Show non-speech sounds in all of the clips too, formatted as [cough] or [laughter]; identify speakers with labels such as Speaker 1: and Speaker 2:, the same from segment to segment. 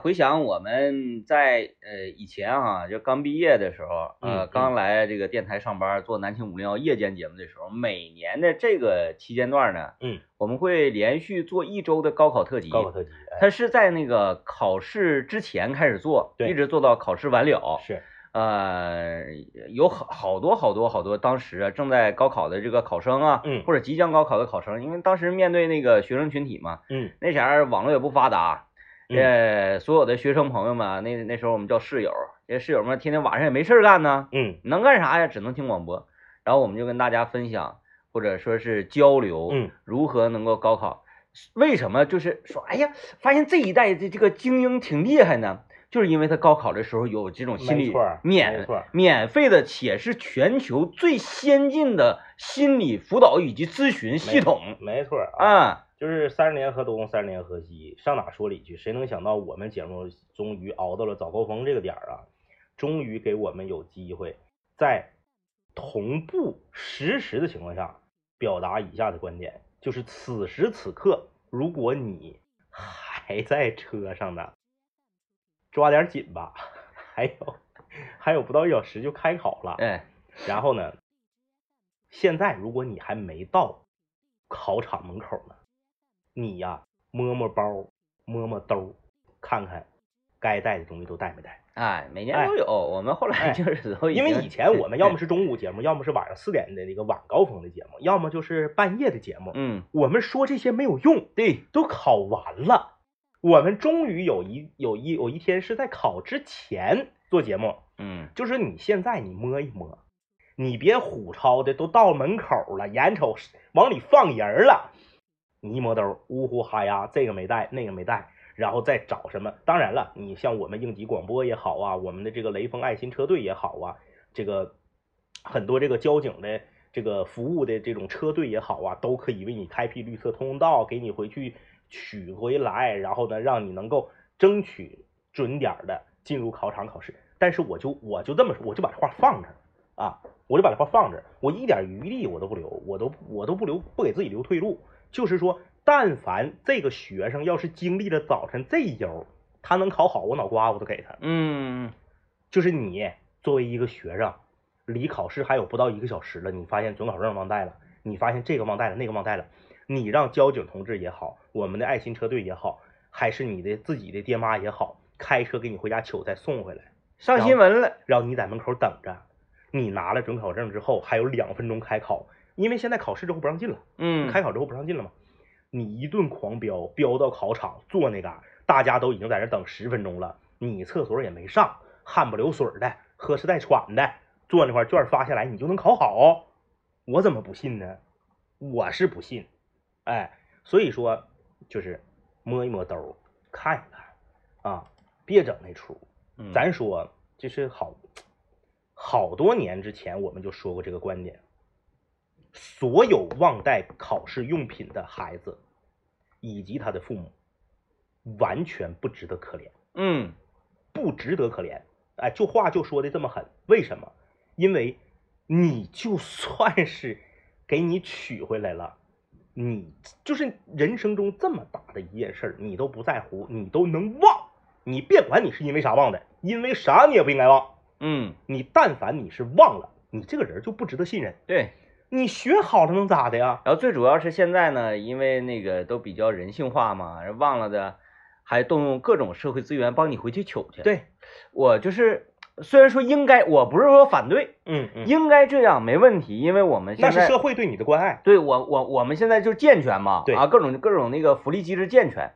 Speaker 1: 回想我们在呃以前啊，就刚毕业的时候，
Speaker 2: 嗯
Speaker 1: 呃，
Speaker 2: 嗯
Speaker 1: 刚来这个电台上班，做南青五零幺夜间节目的时候，每年的这个期间段呢，
Speaker 2: 嗯，
Speaker 1: 我们会连续做一周的高考特辑。
Speaker 2: 高考特辑，哎，
Speaker 1: 它是在那个考试之前开始做，
Speaker 2: 对
Speaker 1: 一直做到考试完了。
Speaker 2: 是，
Speaker 1: 呃，有好好多好多好多当时啊正在高考的这个考生啊，
Speaker 2: 嗯
Speaker 1: 或者即将高考的考生，因为当时面对那个学生群体嘛，
Speaker 2: 嗯
Speaker 1: 那前儿网络也不发达，
Speaker 2: 嗯
Speaker 1: 呃，所有的学生朋友们啊，那那时候我们叫室友，这室友们天天晚上也没事儿干呢，
Speaker 2: 嗯
Speaker 1: 能干啥呀？只能听广播。然后我们就跟大家分享，或者说是交流，
Speaker 2: 嗯，
Speaker 1: 如何能够高考？为什么就是说，哎呀，发现这一代的这个精英挺厉害呢？就是因为他高考的时候有这种心
Speaker 2: 没
Speaker 1: 理
Speaker 2: 错儿没
Speaker 1: 免
Speaker 2: 错儿
Speaker 1: 免费的，且是全球最先进的心理辅导以及咨询系统
Speaker 2: 没错儿啊，
Speaker 1: 啊。
Speaker 2: 就是三十年河东，三十年河西，上哪说理去？谁能想到我们节目终于熬到了早高峰这个点儿啊，终于给我们有机会在同步实时的情况下表达以下的观点，就是此时此刻，如果你还在车上呢，抓点紧吧， [laughs] 还有还有不到一小时就开考了，
Speaker 1: 哎，
Speaker 2: 然后呢，现在如果你还没到考场门口呢，你呀、摸摸包，摸摸兜，看看该带的东西都带没带。
Speaker 1: 哎，每年
Speaker 2: 哎
Speaker 1: 都有，我们后来
Speaker 2: 哎
Speaker 1: 就是都已
Speaker 2: 因为
Speaker 1: 经
Speaker 2: 以前我们要么是中午节目，要么是晚上四点的那个晚高峰的节目，要么就是半夜的节目。
Speaker 1: 嗯，
Speaker 2: 我们说这些没有用，
Speaker 1: 对，
Speaker 2: 都考完了。我们终于有一有一有一天是在考之前做节目，
Speaker 1: 嗯，
Speaker 2: 就是你现在你摸一摸，你别虎抄的，都到门口了，眼瞅往里放人儿了，你一摸兜，呜呼哈呀，这个没带，那个没带，然后再找什么？当然了，你像我们应急广播也好啊，我们的这个雷锋爱心车队也好啊，这个很多这个交警的这个服务的这种车队也好啊，都可以为你开辟绿色通道，给你回去取回来，然后呢，让你能够争取准点的进入考场考试。但是我就我就这么说，我就把这话放这儿啊，我就把这话放这儿，我一点余地我都不留，我都我都不留，不给自己留退路。就是说，但凡这个学生要是经历了早晨这一周，他能考好，我脑瓜我都给他。
Speaker 1: 嗯，
Speaker 2: 就是你作为一个学生，离考试还有不到一个小时了，你发现准考证忘带了，你发现这个忘带了，那个忘带了，你让交警同志也好，我们的爱心车队也好，还是你的自己的爹妈也好，开车给你回家取再送回来，
Speaker 1: 上新闻了，
Speaker 2: 然后你在门口等着。你拿了准考证之后，还有两分钟开考，因为现在考试之后不让进了。
Speaker 1: 嗯，
Speaker 2: 开考之后不上进了吗？你一顿狂飙，飙到考场坐那嘎，大家都已经在那等十分钟了，你厕所也没上，汗不流水的，喝是带喘的，坐那块儿卷儿发下来，你就能考好？我怎么不信呢？我是不信，哎，所以说就是摸一摸兜儿，看一看啊，别整那出。
Speaker 1: 嗯
Speaker 2: 咱说就是好，好多年之前我们就说过这个观点，所有忘带考试用品的孩子以及他的父母，完全不值得可怜，
Speaker 1: 嗯
Speaker 2: 不值得可怜。哎，就话就说的这么狠，为什么？因为你就算是给你取回来了。你就是人生中这么大的一件事儿，你都不在乎，你都能忘，你别管你是因为啥忘的，因为啥你也不应该忘。
Speaker 1: 嗯，
Speaker 2: 你但凡你是忘了，你这个人就不值得信任。
Speaker 1: 对。
Speaker 2: 你学好了能咋的呀？
Speaker 1: 然后最主要是现在呢，因为那个都比较人性化嘛，忘了的还动用各种社会资源帮你回去取去。，
Speaker 2: 对，
Speaker 1: 我就是虽然说应该，我不是说反对，
Speaker 2: 嗯嗯，
Speaker 1: 应该这样没问题，因为我们
Speaker 2: 那
Speaker 1: 现
Speaker 2: 是
Speaker 1: 在
Speaker 2: 社会对你的关爱。
Speaker 1: 对我我我们现在就健全嘛，
Speaker 2: 对
Speaker 1: 啊，各种各种那个福利机制健全，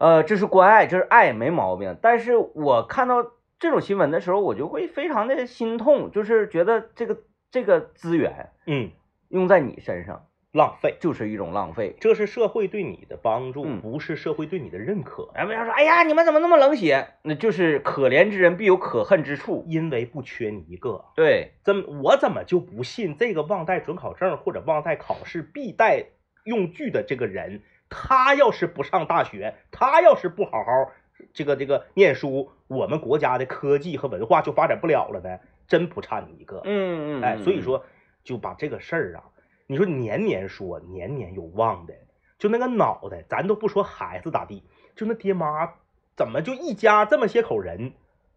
Speaker 1: 呃，这是关爱，这是爱，没毛病。但是我看到这种新闻的时候，我就会非常的心痛，就是觉得这个这个资源
Speaker 2: 嗯，
Speaker 1: 用在你身上
Speaker 2: 浪费，
Speaker 1: 就是一种浪费。
Speaker 2: 这是社会对你的帮助，
Speaker 1: 嗯
Speaker 2: 不是社会对你的认可。
Speaker 1: 然后人家说，哎呀，你们怎么那么冷血？那就是可怜之人必有可恨之处。
Speaker 2: 因为不缺你一个，
Speaker 1: 对，
Speaker 2: 怎么我怎么就不信这个忘带准考证或者忘带考试必带用具的这个人，他要是不上大学，他要是不好好这个这个念书，我们国家的科技和文化就发展不了了呢？真不差你一个。
Speaker 1: 嗯嗯，
Speaker 2: 哎，
Speaker 1: 嗯
Speaker 2: 所以，说就把这个事儿啊，你说年年说，年年有忘的，就那个脑袋，咱都不说孩子咋地，就那爹妈怎么就一家这么些口人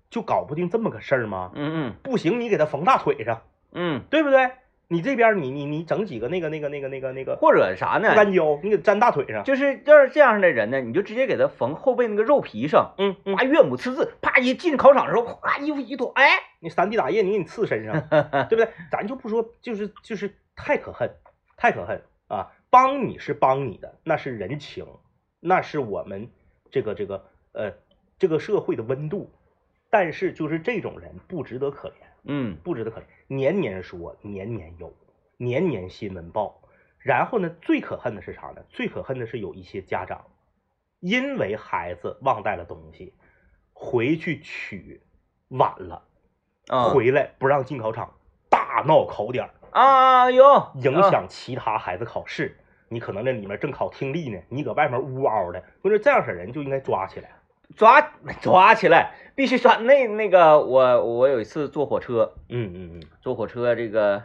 Speaker 2: 就搞不定这么个事儿吗？
Speaker 1: 嗯
Speaker 2: 不行，你给他缝大腿上，
Speaker 1: 嗯
Speaker 2: 对不对？你这边你你你整几个那个那个那个那个那个
Speaker 1: 嗯，或者啥
Speaker 2: 护
Speaker 1: 呢？
Speaker 2: 肝胶，你给粘大腿上。
Speaker 1: 就是要是这样的人呢，你就直接给他缝后背那个肉皮上，
Speaker 2: 嗯嗯，
Speaker 1: 啊，岳母刺字，啪一进考场的时候，啪衣服一脱，哎，
Speaker 2: 你三 D 打印，你给你刺身上，对不对？咱就不说，就是就是太可恨，太可恨啊！帮你是帮你的，那是人情，那是我们这个这个呃这个社会的温度。但是就是这种人不值得可怜，
Speaker 1: 嗯
Speaker 2: 不值得可怜。年年说，年年有，年年新闻报。然后呢，最可恨的是啥呢？最可恨的是有一些家长，因为孩子忘带了东西，回去取晚了。
Speaker 1: 啊
Speaker 2: 回来不让进考场，大闹考点儿，
Speaker 1: 啊有
Speaker 2: 影响其他孩子考试。你可能那里面正考听力呢，你搁外面呜嗷的，我说这样式儿人就应该抓起来。
Speaker 1: 抓 [laughs] 抓起来，必须抓。那那个我我有一次坐火车，
Speaker 2: 嗯嗯嗯，
Speaker 1: 坐火车这个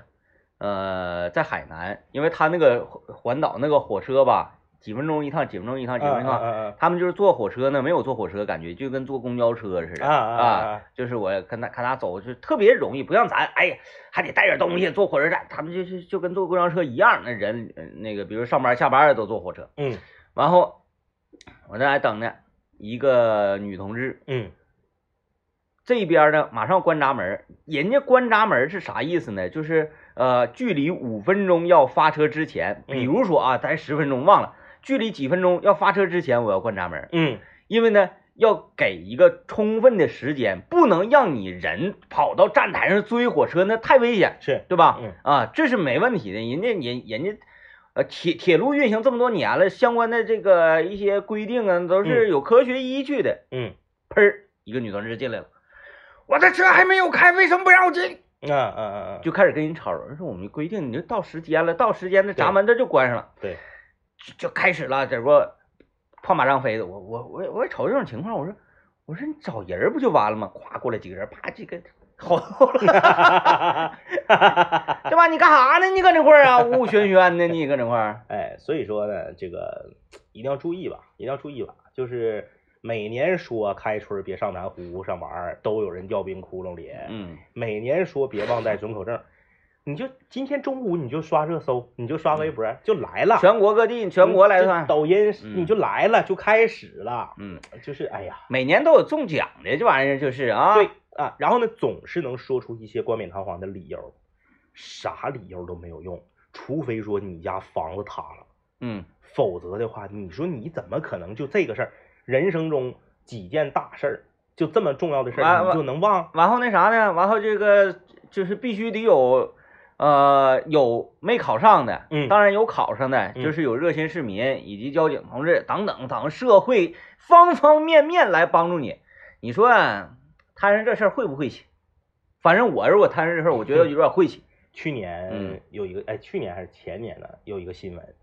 Speaker 1: 呃在海南，因为他那个环岛那个火车吧，几分钟一趟，几分钟一趟，几分钟一趟。
Speaker 2: 啊
Speaker 1: 他们就是坐火车呢，没有坐火车，感觉就跟坐公交车似的
Speaker 2: 啊啊！
Speaker 1: 就是我看他看他走，就特别容易，不像咱，哎呀，还得带点东西坐火车站，他们就是就跟坐公交车一样，那人呃那个，比如上班下班都坐火车。
Speaker 2: 嗯
Speaker 1: 然后我这还等呢，一个女同志
Speaker 2: 嗯
Speaker 1: 这边呢，马上关闸门，人家关闸门是啥意思呢？就是呃，距离五分钟要发车之前，
Speaker 2: 嗯
Speaker 1: 比如说啊，咱十分钟忘了，距离几分钟要发车之前，我要关闸门。
Speaker 2: 嗯
Speaker 1: 因为呢，要给一个充分的时间，不能让你人跑到站台上追火车，那太危险，
Speaker 2: 是，
Speaker 1: 对吧？
Speaker 2: 嗯
Speaker 1: 啊，这是没问题的，人家人人家。呃，铁铁路运行这么多年了，相关的这个一些规定啊，都是有科学依据的。
Speaker 2: 嗯
Speaker 1: 砰、儿，一个女同志进来了，我的车还没有开，为什么不让我进？
Speaker 2: 啊啊啊！
Speaker 1: 就开始跟人吵，人说我们规定，你就到时间了，到时间了，闸门这就关上了。
Speaker 2: 对，
Speaker 1: 就就开始了，这不炮马张飞的。我我我我也瞅这种情况，我说我说你找人儿不就完了吗？咵过来几个人，啪几个吼透了。 [laughs] 这玩意儿你干啥呢？你搁这块儿啊，呜呜喧喧的，你搁这块儿。
Speaker 2: 哎，所以说呢，这个一定要注意吧，一定要注意吧。就是每年说开春别上南湖上玩儿，都有人掉冰窟窿里。
Speaker 1: 嗯
Speaker 2: 每年说别忘带准考证，你就今天中午你就刷热搜，你就刷微博、就来了，
Speaker 1: 嗯全国各地，全国来
Speaker 2: 这
Speaker 1: 算。
Speaker 2: 抖音
Speaker 1: 嗯
Speaker 2: 你就来了，就开始了，
Speaker 1: 嗯，
Speaker 2: 就是哎呀，
Speaker 1: 每年都有中奖的，这玩意儿就是啊。
Speaker 2: 对，啊，然后呢，总是能说出一些冠冕堂皇的理由，啥理由都没有用，除非说你家房子塌了，
Speaker 1: 嗯
Speaker 2: 否则的话，你说你怎么可能就这个事儿，人生中几件大事儿，就这么重要的事
Speaker 1: 完
Speaker 2: 儿，你
Speaker 1: 完
Speaker 2: 就能忘？
Speaker 1: 然后那啥呢？然后这个就是必须得有，呃，有没考上的，
Speaker 2: 嗯
Speaker 1: 当然有考上的，
Speaker 2: 嗯
Speaker 1: 就是有热心市民以及交警同志等等等社会方方面面来帮助你。你说啊摊上这事儿会不晦气？反正我如果摊上这事儿，我觉
Speaker 2: [laughs]
Speaker 1: 得有点晦气。
Speaker 2: 去
Speaker 1: 嗯
Speaker 2: 年有一个，哎，去年还是前年呢，有一个新闻，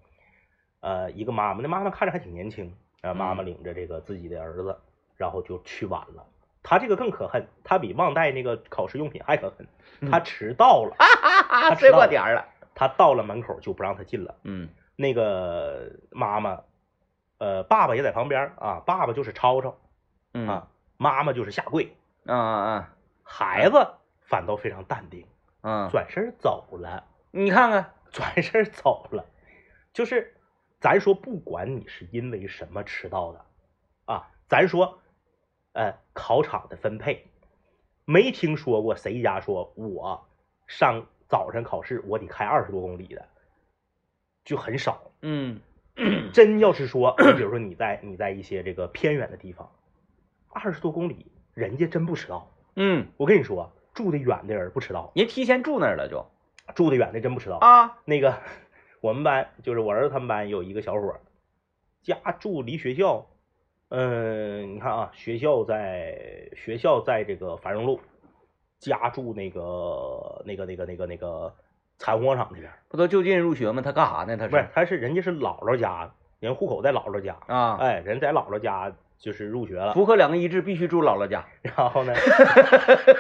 Speaker 2: 呃，一个妈妈，那妈妈看着还挺年轻，啊，妈
Speaker 1: 嗯
Speaker 2: 妈领着这个自己的儿子，然后就去晚了。他这个更可恨，他比忘带那个考试用品还可
Speaker 1: 嗯
Speaker 2: 恨，他迟到了，
Speaker 1: 哈哈哈，
Speaker 2: 他
Speaker 1: 睡 [laughs]
Speaker 2: 知道
Speaker 1: 过点儿了。
Speaker 2: 他到了门口就不让他进了。
Speaker 1: 嗯
Speaker 2: 那个妈妈，呃，爸爸也在旁边儿啊，爸爸就是吵吵
Speaker 1: 嗯啊
Speaker 2: 啊，妈妈就是下跪，
Speaker 1: 啊啊
Speaker 2: 孩子反倒非常淡定，
Speaker 1: 啊！
Speaker 2: 转身走了。
Speaker 1: 你看看，
Speaker 2: 转身走了。就是咱说，不管你是因为什么迟到的啊，咱说，呃，考场的分配，没听说过谁家说我上早晨考试我得开二十多公里的，就很少。
Speaker 1: 嗯
Speaker 2: 真要是说，比如说你在你在一些这个偏远的地方，二十多公里，人家真不迟到。
Speaker 1: 嗯，
Speaker 2: 我跟你说，住得远的人不迟到，
Speaker 1: 人提前住那儿了就
Speaker 2: 住得远的真不迟到。
Speaker 1: 啊
Speaker 2: 那个我们班就是我儿子他们班有一个小伙儿，家住离学校，嗯，你看啊，学校在学校在这个繁荣路，家住那个那个那个那个那个彩虹广场那边儿，
Speaker 1: 不都就近入学吗？他干啥呢？他
Speaker 2: 不是
Speaker 1: 是，
Speaker 2: 他是人家是姥姥家，人户口在姥姥家，
Speaker 1: 啊，
Speaker 2: 哎，人在姥姥家就是入学了，
Speaker 1: 符合两个一致，必须住姥姥家。
Speaker 2: 然后
Speaker 1: [laughs]
Speaker 2: 呢，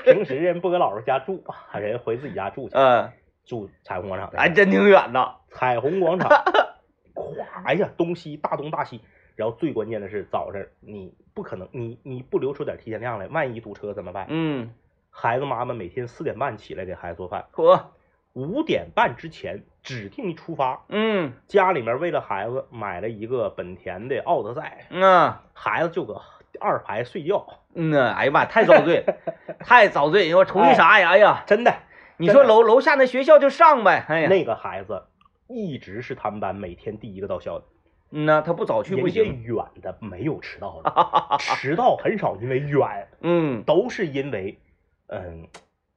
Speaker 2: 平时人不搁姥姥家住，人回自己家住去，
Speaker 1: 嗯，
Speaker 2: 住彩虹广场那边
Speaker 1: [laughs]
Speaker 2: 儿。
Speaker 1: 哎，真挺远的。
Speaker 2: 彩虹广场，咵一下东西大东大西，然后最关键的是早上你不可能，你你不留出点提前量来，万一堵车怎么办？
Speaker 1: 嗯，
Speaker 2: 孩子妈妈每天四点半起来给孩子做饭，
Speaker 1: 妥，
Speaker 2: 五点半之前指定出发。
Speaker 1: 嗯
Speaker 2: 家里面为了孩子买了一个本田的奥德赛，
Speaker 1: 嗯啊
Speaker 2: 孩子就搁二排睡觉，
Speaker 1: 嗯呐，哎呀妈，太遭 [laughs] 罪了，太遭罪！你说愁的啥呀？哎呀，
Speaker 2: 真的。
Speaker 1: 你说楼楼下那学校就上呗，哎呀，
Speaker 2: 那个孩子一直是他们班每天第一个到校的，
Speaker 1: 嗯呐，他不早去不
Speaker 2: 人家
Speaker 1: 行，
Speaker 2: 远的没有迟到
Speaker 1: [laughs]
Speaker 2: 的，迟到很少，因为远，
Speaker 1: 嗯，
Speaker 2: 都是因为嗯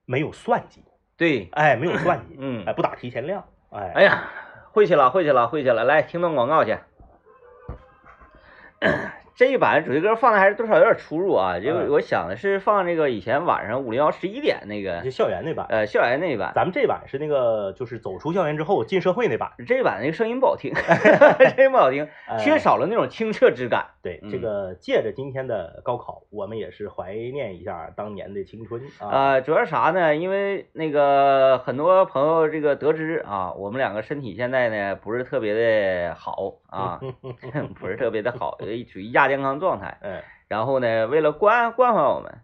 Speaker 2: 没有算计，
Speaker 1: 对，
Speaker 2: 哎，没有算计，
Speaker 1: 嗯
Speaker 2: 哎，不打提前量，哎，
Speaker 1: 哎呀，晦气了，晦气了，晦气了！来听段广告去。 [clears throat] 这一版主题歌放的还是多少有点出入啊，因为
Speaker 2: 嗯
Speaker 1: 我想的是放那个以前晚上五零幺十一点那个
Speaker 2: 就校园那版，
Speaker 1: 呃校园那一版，
Speaker 2: 咱们这版是那个就是走出校园之后进社会那版，
Speaker 1: 这一版那个声音不好听，
Speaker 2: [laughs]
Speaker 1: 声音不好听，
Speaker 2: 哎
Speaker 1: 缺少了那种清澈之感。
Speaker 2: 对
Speaker 1: 嗯
Speaker 2: 这个借着今天的高考，我们也是怀念一下当年的青春啊，
Speaker 1: 呃，主要是啥呢？因为那个很多朋友这个得知啊，我们两个身体现在呢不是特别的好
Speaker 2: [laughs]
Speaker 1: 啊，不是特别的好，也处于亚健康状态。
Speaker 2: 嗯，
Speaker 1: 然后呢，为了关关怀我们，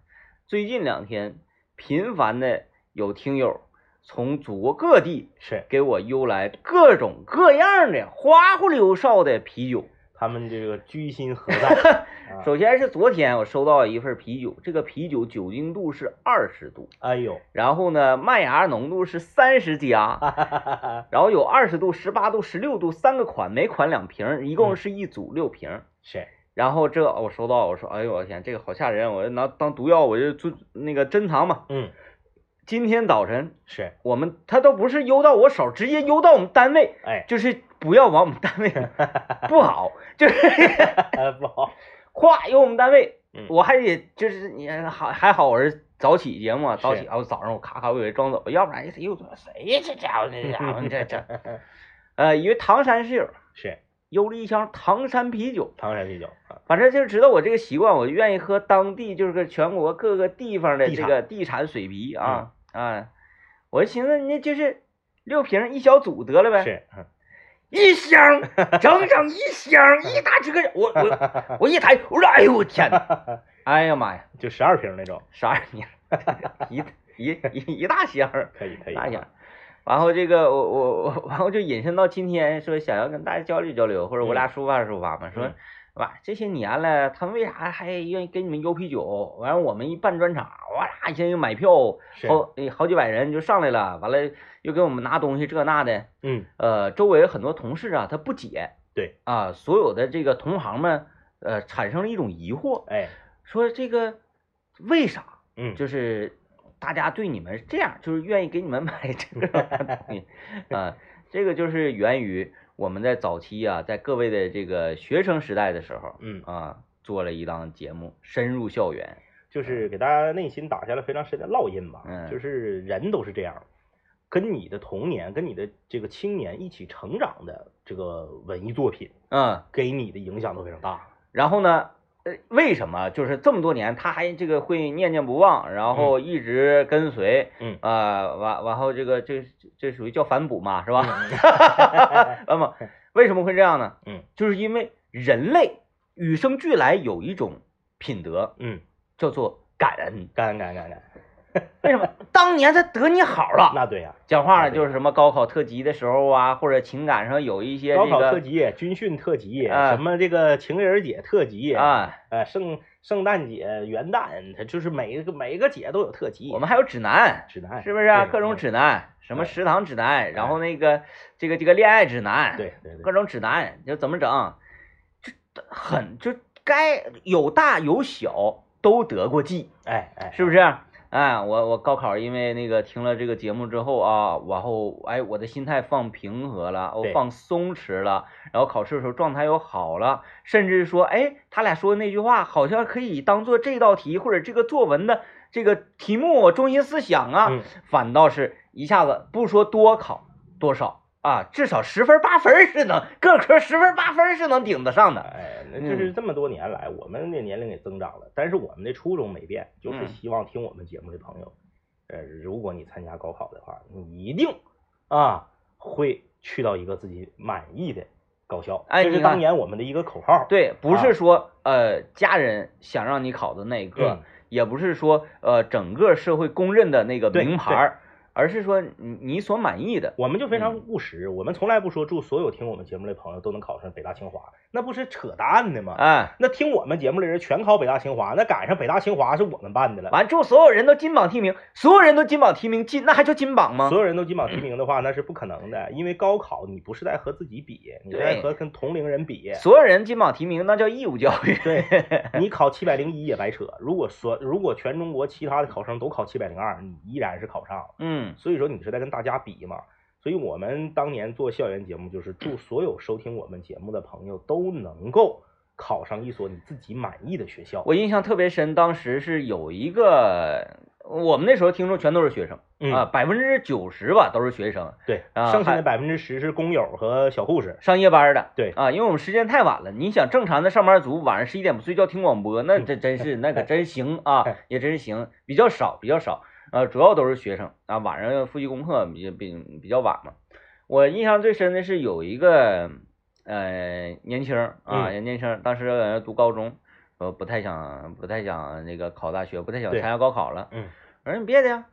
Speaker 1: 最近两天频繁的有听友从祖国各地
Speaker 2: 是
Speaker 1: 给我邮来各种各样的花呼溜哨的啤酒。
Speaker 2: 他们这个居心何
Speaker 1: [laughs]
Speaker 2: 在？啊
Speaker 1: 首先是昨天我收到一份啤酒，这个啤酒酒精度是二十度，
Speaker 2: 哎呦，
Speaker 1: 然后呢麦芽浓度是三十加，
Speaker 2: 哈哈哈 [laughs] 哈，
Speaker 1: 然后有二十度、十八度、十六度三个款，每款两瓶，一共
Speaker 2: 嗯
Speaker 1: 是一组六瓶。
Speaker 2: 是
Speaker 1: 然后这我收到，我说，哎呦我的天，这个好吓人，我就拿当毒药，我就就那个珍藏吧。
Speaker 2: 嗯
Speaker 1: 今天早晨
Speaker 2: 是，
Speaker 1: 我们他都不是邮到我手，直接邮到我们单位，
Speaker 2: 哎，
Speaker 1: 就是不要往我们单
Speaker 2: [laughs]
Speaker 1: 位不好，就是
Speaker 2: 呃不好，
Speaker 1: 咵邮我们单位
Speaker 2: 嗯，
Speaker 1: 我还得就是你还还好我是早起节目啊，
Speaker 2: 是
Speaker 1: 早起啊，我早上我咔咔我以为装走，要不然哎呦谁呀这家伙这家伙这
Speaker 2: [laughs]
Speaker 1: 这，呃，一位唐山室友
Speaker 2: 是
Speaker 1: 邮了一箱唐山啤酒。
Speaker 2: 唐山啤酒啊，
Speaker 1: 反正就是知道我这个习惯，我就愿意喝当地就是个全国各个地方的
Speaker 2: 地
Speaker 1: 这
Speaker 2: 产嗯
Speaker 1: 个地产水啤啊啊！我寻思那就是六瓶一小组得了呗，
Speaker 2: 是，嗯
Speaker 1: 一箱整整一箱一打折，我我我一抬，我说哎呦我天哪，哎呀妈呀，
Speaker 2: 就十二瓶那种，
Speaker 1: 啥玩意儿，一一一一大箱儿，
Speaker 2: 可以可以，啊
Speaker 1: 大箱儿。然后这个我我我，然后就引申到今天，说想要跟大家交流交流，或者我俩抒发抒发嘛，说
Speaker 2: 嗯
Speaker 1: 哇，这些年了，他们为啥还愿意给你们邮啤酒？完了，我们一办专场，哇啦一下就买票，
Speaker 2: 是，
Speaker 1: 好哎好几百人就上来了，完了又给我们拿东西这那的，
Speaker 2: 嗯，
Speaker 1: 呃，周围很多同事啊，他不解，
Speaker 2: 对
Speaker 1: 啊，所有的这个同行们，呃，产生了一种疑惑，
Speaker 2: 哎，
Speaker 1: 说这个为啥？
Speaker 2: 嗯，
Speaker 1: 就是大家对你们这样，就是愿意给你们买
Speaker 2: [laughs]
Speaker 1: 这个东西啊，这个就是源于我们在早期啊，在各位的这个学生时代的时候
Speaker 2: 嗯，
Speaker 1: 啊，做了一档节目《深入校园
Speaker 2: 就是给大家内心打下了非常深的烙印吧，
Speaker 1: 嗯
Speaker 2: 就是人都是这样。跟你的童年，跟你的这个青年一起成长的这个文艺作品，》
Speaker 1: 啊，
Speaker 2: 给你的影响都非常大。
Speaker 1: 然后呢？呃，为什么就是这么多年他还这个会念念不忘，然后一直跟随，
Speaker 2: 嗯
Speaker 1: 啊，完完后这个这这属于叫反哺嘛，是吧？ [laughs]
Speaker 2: 嗯
Speaker 1: 那么为什么会这样呢？
Speaker 2: 嗯，
Speaker 1: 就是因为人类与生俱来有一种品德
Speaker 2: 嗯，
Speaker 1: 叫做感恩。
Speaker 2: 干干干干，
Speaker 1: 为什么？当年他得你好了，
Speaker 2: 那对呀、
Speaker 1: 讲话
Speaker 2: 那
Speaker 1: 呢就是什么高考特级的时候啊，或者情感上有一些
Speaker 2: 高
Speaker 1: 这
Speaker 2: 考特
Speaker 1: 个
Speaker 2: 级、军训特级，
Speaker 1: 啊
Speaker 2: 什么这个情人节特级，
Speaker 1: 啊，
Speaker 2: 呃，圣圣诞节、元旦，它就是每一个每一个节都有特级。
Speaker 1: 我们还有指南，
Speaker 2: 指南
Speaker 1: 是不是啊？
Speaker 2: 哎对
Speaker 1: 各种指南，什么
Speaker 2: 对哎
Speaker 1: 食堂指南，然后那个这个这个恋爱指南，
Speaker 2: 对对对
Speaker 1: 各种指南，就怎么整，就很就该有大有小都得过记。
Speaker 2: 哎哎，
Speaker 1: 是不是？哎，我我高考因为那个听了这个节目之后啊，然后哎，我的心态放平和了，我
Speaker 2: 对
Speaker 1: 放松弛了，然后考试的时候状态又好了，甚至说，哎，他俩说的那句话好像可以当做这道题或者这个作文的这个题目中心思想啊，
Speaker 2: 嗯
Speaker 1: 反倒是一下子不说多考多少啊，至少十分八分是能各科十分八分是能顶得上的。
Speaker 2: 哎，那
Speaker 1: 嗯
Speaker 2: 就是这么多年来，我们的年龄也增长了，但是我们的初衷没变，就是
Speaker 1: 嗯
Speaker 2: 希望听我们节目的朋友，呃，如果你参加高考的话，你一定啊会去到一个自己满意的高校，
Speaker 1: 哎
Speaker 2: 这
Speaker 1: 你
Speaker 2: 是
Speaker 1: 看
Speaker 2: 当年我们的一个口号。
Speaker 1: 对，不
Speaker 2: 啊
Speaker 1: 是说呃家人想让你考的那一个，
Speaker 2: 嗯
Speaker 1: 也不是说呃整个社会公认的那个
Speaker 2: 对
Speaker 1: 名牌儿，而是说你你所满意的。
Speaker 2: 我们就
Speaker 1: 嗯
Speaker 2: 非常务实，我们从来不说祝所有听我们节目的朋友都能考上北大清华，那不是扯淡呢吗？
Speaker 1: 哎，
Speaker 2: 那听我们节目的人全考北大清华，那赶上北大清华是我们办的了，
Speaker 1: 完祝所有人都金榜题名，所有人都金榜题名，金那还叫金榜吗嗯
Speaker 2: 所？有人都金榜题名的话，那是不可能的，因为高考你不是在和自己比，你是在
Speaker 1: 对
Speaker 2: 和跟同龄
Speaker 1: [laughs]
Speaker 2: 人比。
Speaker 1: 所有人金榜题名，那叫义务教育。 [laughs]
Speaker 2: 对 [laughs] 你考七百零一也白扯，如果说如果全中国其他的考生都考七百零二，你依然是考上了，
Speaker 1: 嗯，
Speaker 2: 所以说你是在跟大家比嘛。所以我们当年做校园节目，就是祝所有收听我们节目的朋友都能够考上一所你自己满意的学校。
Speaker 1: 我印象特别深，当时是有一个，我们那时候听众全都是学生、
Speaker 2: 嗯
Speaker 1: 啊，百分之九十吧都是学生，
Speaker 2: 对，
Speaker 1: 啊
Speaker 2: 剩下的
Speaker 1: 还
Speaker 2: 百分之十是工友和小护士。
Speaker 1: 上夜班的。
Speaker 2: 对
Speaker 1: 啊，因为我们时间太晚了，你想正常的上班族晚上十一点不睡觉听广播，那
Speaker 2: 嗯
Speaker 1: 这真是那可真行
Speaker 2: [laughs]
Speaker 1: 啊
Speaker 2: 哎，
Speaker 1: 也真行，比较少比较少，呃，主要都是学生啊，晚上复习功课比比比较晚嘛。我印象最深的是有一个呃年轻儿啊，
Speaker 2: 嗯
Speaker 1: 年轻儿当时呃读高中，呃不太想不太想那个考大学，不太想
Speaker 2: 对
Speaker 1: 参加高考了。
Speaker 2: 嗯
Speaker 1: 我说你别的呀，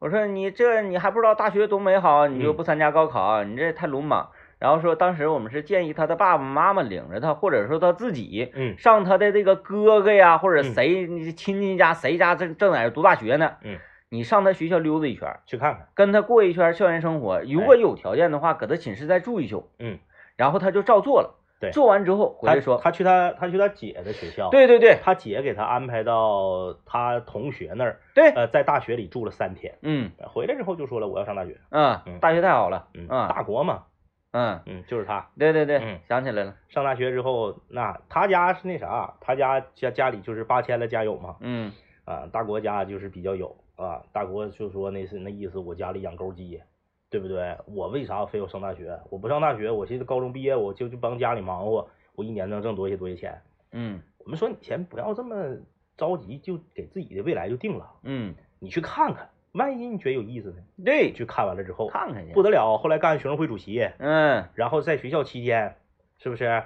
Speaker 1: 我说你这你还不知道大学多美好，你就
Speaker 2: 嗯
Speaker 1: 不参加高考，你这太鲁莽。然后说当时我们是建议他的爸爸妈妈领着他，或者说他自己
Speaker 2: 嗯
Speaker 1: 上他的这个哥哥呀，或者
Speaker 2: 嗯
Speaker 1: 谁你亲戚家谁家正正在那读大学呢，
Speaker 2: 嗯，
Speaker 1: 你上他学校溜达一圈儿，
Speaker 2: 去看看。
Speaker 1: 跟他过一圈校园生活，如果有条件的话，搁他寝室再住一宿，
Speaker 2: 哎嗯，
Speaker 1: 然后他就照做了，
Speaker 2: 对
Speaker 1: 做完之后回
Speaker 2: 他
Speaker 1: 来说，
Speaker 2: 他呃去他他去他姐的学校，，
Speaker 1: 对对对
Speaker 2: 他姐给他安排到他同学那儿，
Speaker 1: 对，
Speaker 2: 呃，在大学里住了三天，
Speaker 1: 嗯
Speaker 2: 回来之后就说了我要上大学，嗯
Speaker 1: 嗯，大学太好了，
Speaker 2: 嗯，
Speaker 1: 嗯
Speaker 2: 大国嘛，
Speaker 1: 嗯，
Speaker 2: 嗯，就是他
Speaker 1: 对对
Speaker 2: 嗯
Speaker 1: 对，想起来了，
Speaker 2: 上大学之后，那他家是那啥，他家家家里就是八千了家有嘛，
Speaker 1: 嗯。
Speaker 2: 啊，大国家就是比较有啊，大国就说那是那意思，我家里养狗鸡。对不对？我为啥非要上大学？我不上大学，我寻思高中毕业我就就帮家里忙活，我一年能挣多些多些钱。
Speaker 1: 嗯
Speaker 2: 我们说你先不要这么着急，就给自己的未来就定了。
Speaker 1: 嗯，
Speaker 2: 你去看看，万一你觉得有意思呢？
Speaker 1: 对
Speaker 2: 你，去看完了之后，
Speaker 1: 看看去。
Speaker 2: 不得了，后来干学生会主席，
Speaker 1: 嗯，
Speaker 2: 然后在学校期间，是不是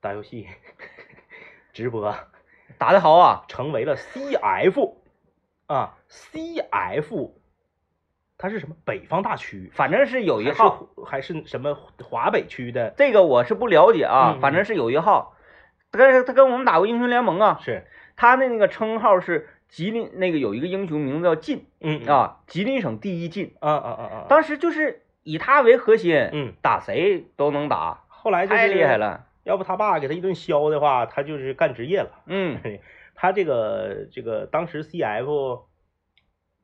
Speaker 2: 打游戏、 [laughs] 直播，
Speaker 1: 打得好啊！
Speaker 2: 成为了 CF 啊，CF，它是什么？北方大区
Speaker 1: 反正是有一号，
Speaker 2: 还是还是什么华北区的？
Speaker 1: 这个我是不了解啊，
Speaker 2: 嗯嗯
Speaker 1: 反正是有一号。但是他跟我们打过英雄联盟啊，
Speaker 2: 是，
Speaker 1: 他的那个称号是吉林那个有一个英雄名字叫晋
Speaker 2: 嗯，
Speaker 1: 啊，吉林省第一晋。
Speaker 2: 啊啊啊啊啊！
Speaker 1: 当时就是以他为核心，
Speaker 2: 嗯，
Speaker 1: 打谁都能打，
Speaker 2: 后来就是
Speaker 1: 太厉害，了。
Speaker 2: 要不他爸给他一顿削的话，他就是干职业了。
Speaker 1: 嗯
Speaker 2: 他这个这个当时 CF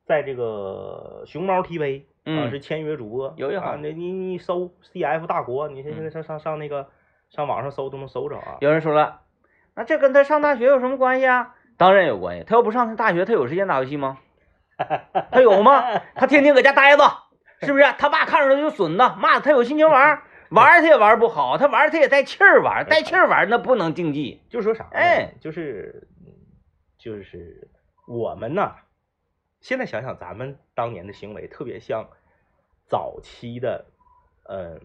Speaker 2: 在这个熊猫 TV 啊
Speaker 1: 嗯
Speaker 2: 是签约主播，
Speaker 1: 有一行
Speaker 2: 啊，那你你搜 CF 大国，你现在上上上那个上网上搜都能搜着啊。
Speaker 1: 有人说了，那这跟他上大学有什么关系啊？当然有关系，他要不上他大学，他有时间打游戏吗？他有吗？他天天搁家待着，是不是？啊他爸看着他就损他，骂他有心情玩儿，玩儿他也玩儿不好，他玩儿他也带气儿玩儿，带气儿玩儿那不能竞技。
Speaker 2: 就说啥呢？
Speaker 1: 哎，
Speaker 2: 就是就是我们呐，现在想想咱们当年的行为，特别像早期的呃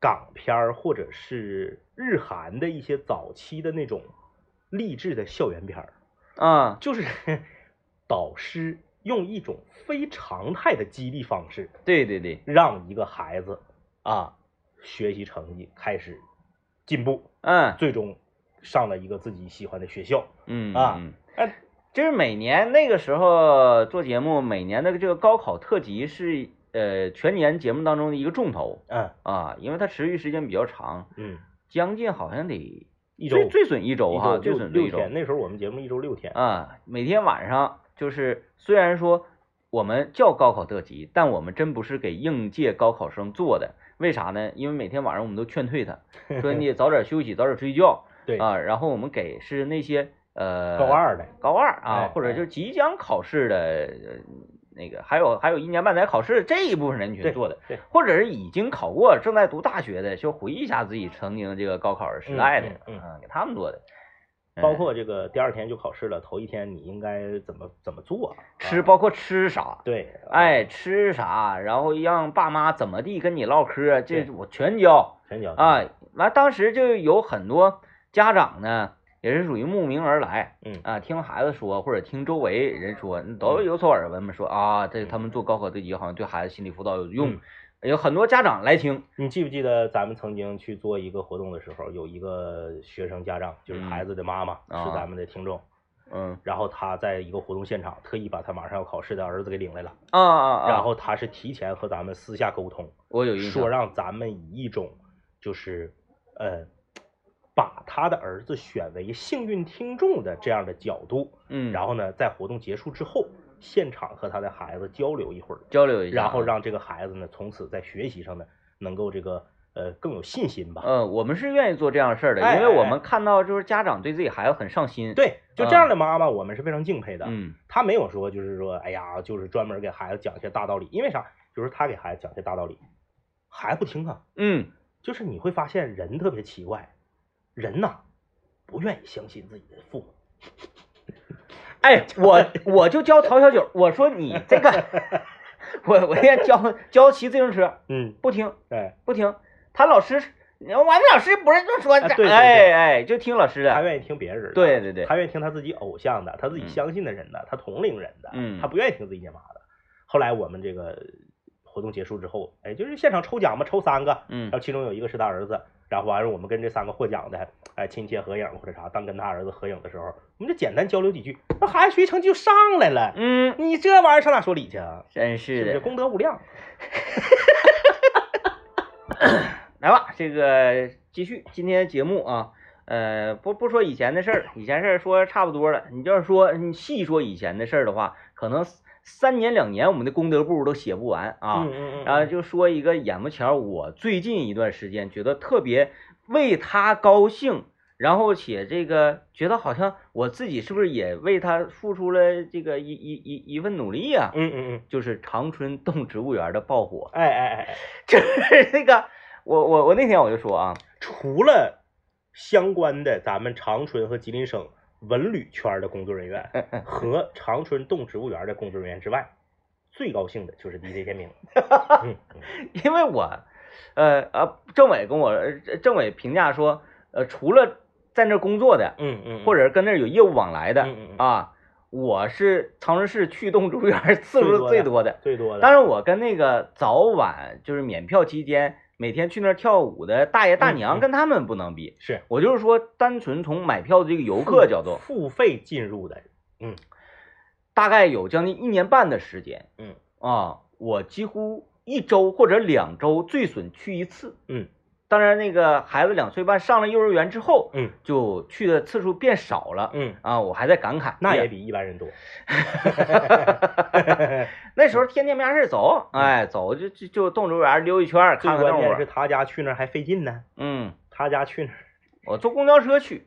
Speaker 2: 港片儿或者是日韩的一些早期的那种励志的校园片儿，
Speaker 1: 啊、
Speaker 2: 就是 [laughs] 导师用一种非常态的激励方式，
Speaker 1: 对对对，
Speaker 2: 让一个孩子啊学习成绩开始进步。
Speaker 1: 嗯
Speaker 2: 最终上了一个自己喜欢的学校。
Speaker 1: 嗯
Speaker 2: 啊
Speaker 1: 嗯
Speaker 2: 哎，
Speaker 1: 就是每年那个时候做节目，每年的这个高考特辑是呃全年节目当中的一个重头
Speaker 2: 嗯
Speaker 1: 啊，因为它持续时间比较长，
Speaker 2: 嗯，
Speaker 1: 将近好像得
Speaker 2: 一周
Speaker 1: 最最损一周哈，
Speaker 2: 一
Speaker 1: 最
Speaker 2: 六
Speaker 1: 损
Speaker 2: 六
Speaker 1: 一周
Speaker 2: 天。那时候我们节目一周六天。
Speaker 1: 啊，每天晚上就是虽然说我们叫高考特辑，但我们真不是给应届高考生做的。为啥呢？因为每天晚上我们都劝退他，说你早点休息，早点睡觉
Speaker 2: [laughs] 对，
Speaker 1: 啊。然后我们给是那些呃
Speaker 2: 高二的，
Speaker 1: 高二啊，
Speaker 2: 哎
Speaker 1: 或者
Speaker 2: 哎
Speaker 1: 就即将考试的呃那个，还有还有一年半载考试这一部分人群
Speaker 2: 对
Speaker 1: 做的，
Speaker 2: 对，
Speaker 1: 或者是已经考过、正在读大学的，就回忆一下自己曾经这个高考时代的
Speaker 2: 嗯嗯嗯
Speaker 1: 啊，给他们做的。
Speaker 2: 包括这个第二天就考试了，头一天你应该怎么怎么做啊？啊
Speaker 1: 吃，包括吃啥，
Speaker 2: 对，
Speaker 1: 哎，吃啥，然后让爸妈怎么地跟你唠嗑，这
Speaker 2: 对
Speaker 1: 我全教
Speaker 2: 全讲，
Speaker 1: 啊。完，当时就有很多家长呢，也是属于慕名而来，
Speaker 2: 嗯
Speaker 1: 啊，听孩子说或者听周围人说，你都有所耳闻嘛，说啊，这他们做高考对接好像对孩子心理辅导有用
Speaker 2: 嗯，
Speaker 1: 有很多家长来听，
Speaker 2: 你记不记得咱们曾经去做一个活动的时候，有一个学生家长，就是孩子的妈妈，
Speaker 1: 嗯
Speaker 2: 是
Speaker 1: 啊
Speaker 2: 咱们的听众，
Speaker 1: 嗯
Speaker 2: 然后他在一个活动现场特意把他马上要考试的儿子给领来了，
Speaker 1: 啊啊啊，
Speaker 2: 然后他是提前和咱们私下沟通，
Speaker 1: 我有印象
Speaker 2: 说，让咱们以一种就是呃，把他的儿子选为幸运听众的这样的角度，
Speaker 1: 嗯，
Speaker 2: 然后呢，在活动结束之后，现场和他的孩子交流一会儿，
Speaker 1: 交流一下，
Speaker 2: 然后。让这个孩子呢，从此在学习上呢，能够这个呃更有信心吧。
Speaker 1: 呃，我们是愿意做这样的事儿的，
Speaker 2: 哎
Speaker 1: 因为我
Speaker 2: 哎哎
Speaker 1: 们看到就是家长对自己孩子很上心。，
Speaker 2: 对，就这样的妈妈，我们是非常敬佩的。
Speaker 1: 嗯，
Speaker 2: 她没有说就是说，哎呀，就是专门给孩子讲一些大道理，因为啥？就是她给孩子讲一些大道理，孩子不听啊。
Speaker 1: 嗯，
Speaker 2: 就是你会发现人特别奇怪，人呐不愿意相信自己的父母。
Speaker 1: 哎，我 [laughs] 我就教陶小九，我说你这
Speaker 2: [laughs]
Speaker 1: 个，我我也教教骑自行车，
Speaker 2: 嗯，
Speaker 1: 不听
Speaker 2: 对，
Speaker 1: 不听，他老师，我们老师不是就说
Speaker 2: 啊对对对
Speaker 1: 哎哎，就听老师
Speaker 2: 他
Speaker 1: 的，
Speaker 2: 愿意听别人的，
Speaker 1: 对对对
Speaker 2: 他愿意听他自己偶像的，他自己
Speaker 1: 嗯
Speaker 2: 相信的人的，他同龄人的，
Speaker 1: 嗯
Speaker 2: 他不愿意听自己爹妈的。后来我们这个活动结束之后，哎，就是现场抽奖嘛，抽三个，
Speaker 1: 嗯
Speaker 2: 然后其中有一个是他儿子，然后完了我们跟这三个获奖的，哎，亲切合影或者啥，当跟他儿子合影的时候，我们就简单交流几句，那孩子学习成绩就上来了，
Speaker 1: 嗯，
Speaker 2: 你这玩意儿上哪说理去啊？
Speaker 1: 真
Speaker 2: 是
Speaker 1: 是
Speaker 2: 不是
Speaker 1: 的，
Speaker 2: 功德无量？
Speaker 1: 来吧，这个继续今天节目啊，呃，不不说以前的事儿，以前事儿说差不多了。你要是说你细说以前的事儿的话，可能三年两年我们的功德簿都写不完啊。
Speaker 2: 嗯嗯嗯，
Speaker 1: 然后就说一个眼不前，我最近一段时间觉得特别为他高兴，然后且这个觉得好像我自己是不是也为他付出了这个一一一一份努力呀、
Speaker 2: 嗯嗯嗯，
Speaker 1: 就是长春动植物园的爆火。
Speaker 2: 哎哎哎哎，
Speaker 1: 就是那个，我我我那天我就说啊，
Speaker 2: 除了相关的咱们长春和吉林省文旅圈的工作人
Speaker 1: 嗯
Speaker 2: 员和长春动植物园的工作人员之外，最高兴的就是 DJ 天明。
Speaker 1: [laughs]
Speaker 2: 嗯嗯
Speaker 1: 因为我，呃呃，政委跟我呃政委评价说，呃，除了在那儿工作的，
Speaker 2: 嗯嗯，
Speaker 1: 或者跟那儿有业务往来的
Speaker 2: 嗯嗯嗯
Speaker 1: 啊，我是长春市去动植物园次数最多的。
Speaker 2: 最多的，嗯
Speaker 1: 当然，我跟那个早晚就是免票期间每天去那儿跳舞的大爷大
Speaker 2: 嗯嗯
Speaker 1: 娘，跟他们不能比。
Speaker 2: 是嗯
Speaker 1: 我就是说，单纯从买票的这个游客角度，
Speaker 2: 付费进入的，嗯
Speaker 1: 大概有将近一年半的时间，
Speaker 2: 嗯
Speaker 1: 啊，我几乎一周或者两周最损去一次。
Speaker 2: 嗯
Speaker 1: 当然，那个孩子两岁半上了幼儿园之后，
Speaker 2: 嗯
Speaker 1: 就去的次数变少了。
Speaker 2: 嗯，
Speaker 1: 啊，我还在感慨，
Speaker 2: 那
Speaker 1: 哎
Speaker 2: 也
Speaker 1: 呀
Speaker 2: 比一般人多。
Speaker 1: 那
Speaker 2: 嗯
Speaker 1: 时候天天没啥事儿走，哎，走就就就动物园溜一圈儿，
Speaker 2: 最
Speaker 1: 哎看看
Speaker 2: 关
Speaker 1: 动
Speaker 2: 键是
Speaker 1: 物。
Speaker 2: 他家去那儿还费劲呢，
Speaker 1: 嗯，
Speaker 2: 他家去那儿
Speaker 1: 我坐公交车
Speaker 2: [laughs]
Speaker 1: 去，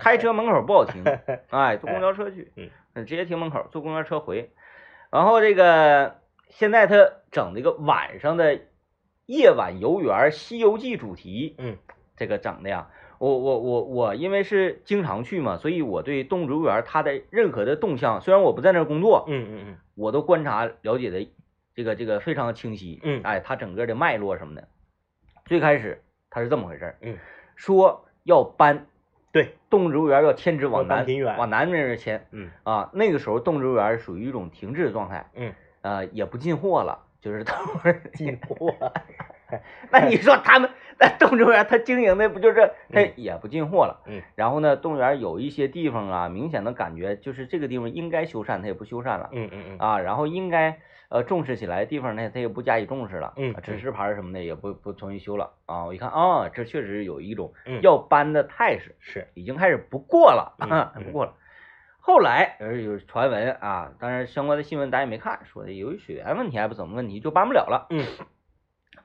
Speaker 1: 开车门口不好停，哎，坐公交车去，
Speaker 2: 嗯
Speaker 1: 嗯，直接停门口，坐公交车回。然后这个现在他整这个晚上的夜晚游园儿《西游记》主题，
Speaker 2: 嗯，
Speaker 1: 这个整的呀，我我我我因为是经常去嘛，所以我对动植物园它的任何的动向，虽然我不在那儿工作，
Speaker 2: 嗯嗯嗯，
Speaker 1: 我都观察了解的这个这个非常清晰，
Speaker 2: 嗯
Speaker 1: 哎，它整个的脉络什么的。最开始它是这么回事儿，
Speaker 2: 嗯，
Speaker 1: 说要搬
Speaker 2: 对，
Speaker 1: 动植物园要迁址往
Speaker 2: 要搬
Speaker 1: 南
Speaker 2: 平原
Speaker 1: 往南那边迁
Speaker 2: 嗯
Speaker 1: 啊。那个时候动植物园属于一种停滞状态，
Speaker 2: 嗯，
Speaker 1: 呃，也不进货了，就是
Speaker 2: [laughs]
Speaker 1: 他们
Speaker 2: 进货，
Speaker 1: 嗯那你说他们那动植物园，他经营的不就是他
Speaker 2: 嗯
Speaker 1: 也不进货了？
Speaker 2: 嗯。
Speaker 1: 然后呢，动物园有一些地方啊，明显的感觉就是这个地方应该修缮，它也不修缮了
Speaker 2: 嗯嗯嗯，
Speaker 1: 啊。然后应该呃重视起来的地方呢，它也不加以重视了。
Speaker 2: 嗯
Speaker 1: 啊指示牌儿什么的也不不重新修了啊。我一看啊，这确实有一种
Speaker 2: 嗯
Speaker 1: 要搬的态势，
Speaker 2: 是，
Speaker 1: 已经开始不过了，
Speaker 2: 嗯
Speaker 1: [laughs]
Speaker 2: 嗯
Speaker 1: 不过了。后来呃有传闻啊，当然相关的新闻咱也没看，说的由于水源问题还不怎么问题，就搬不了了。
Speaker 2: 嗯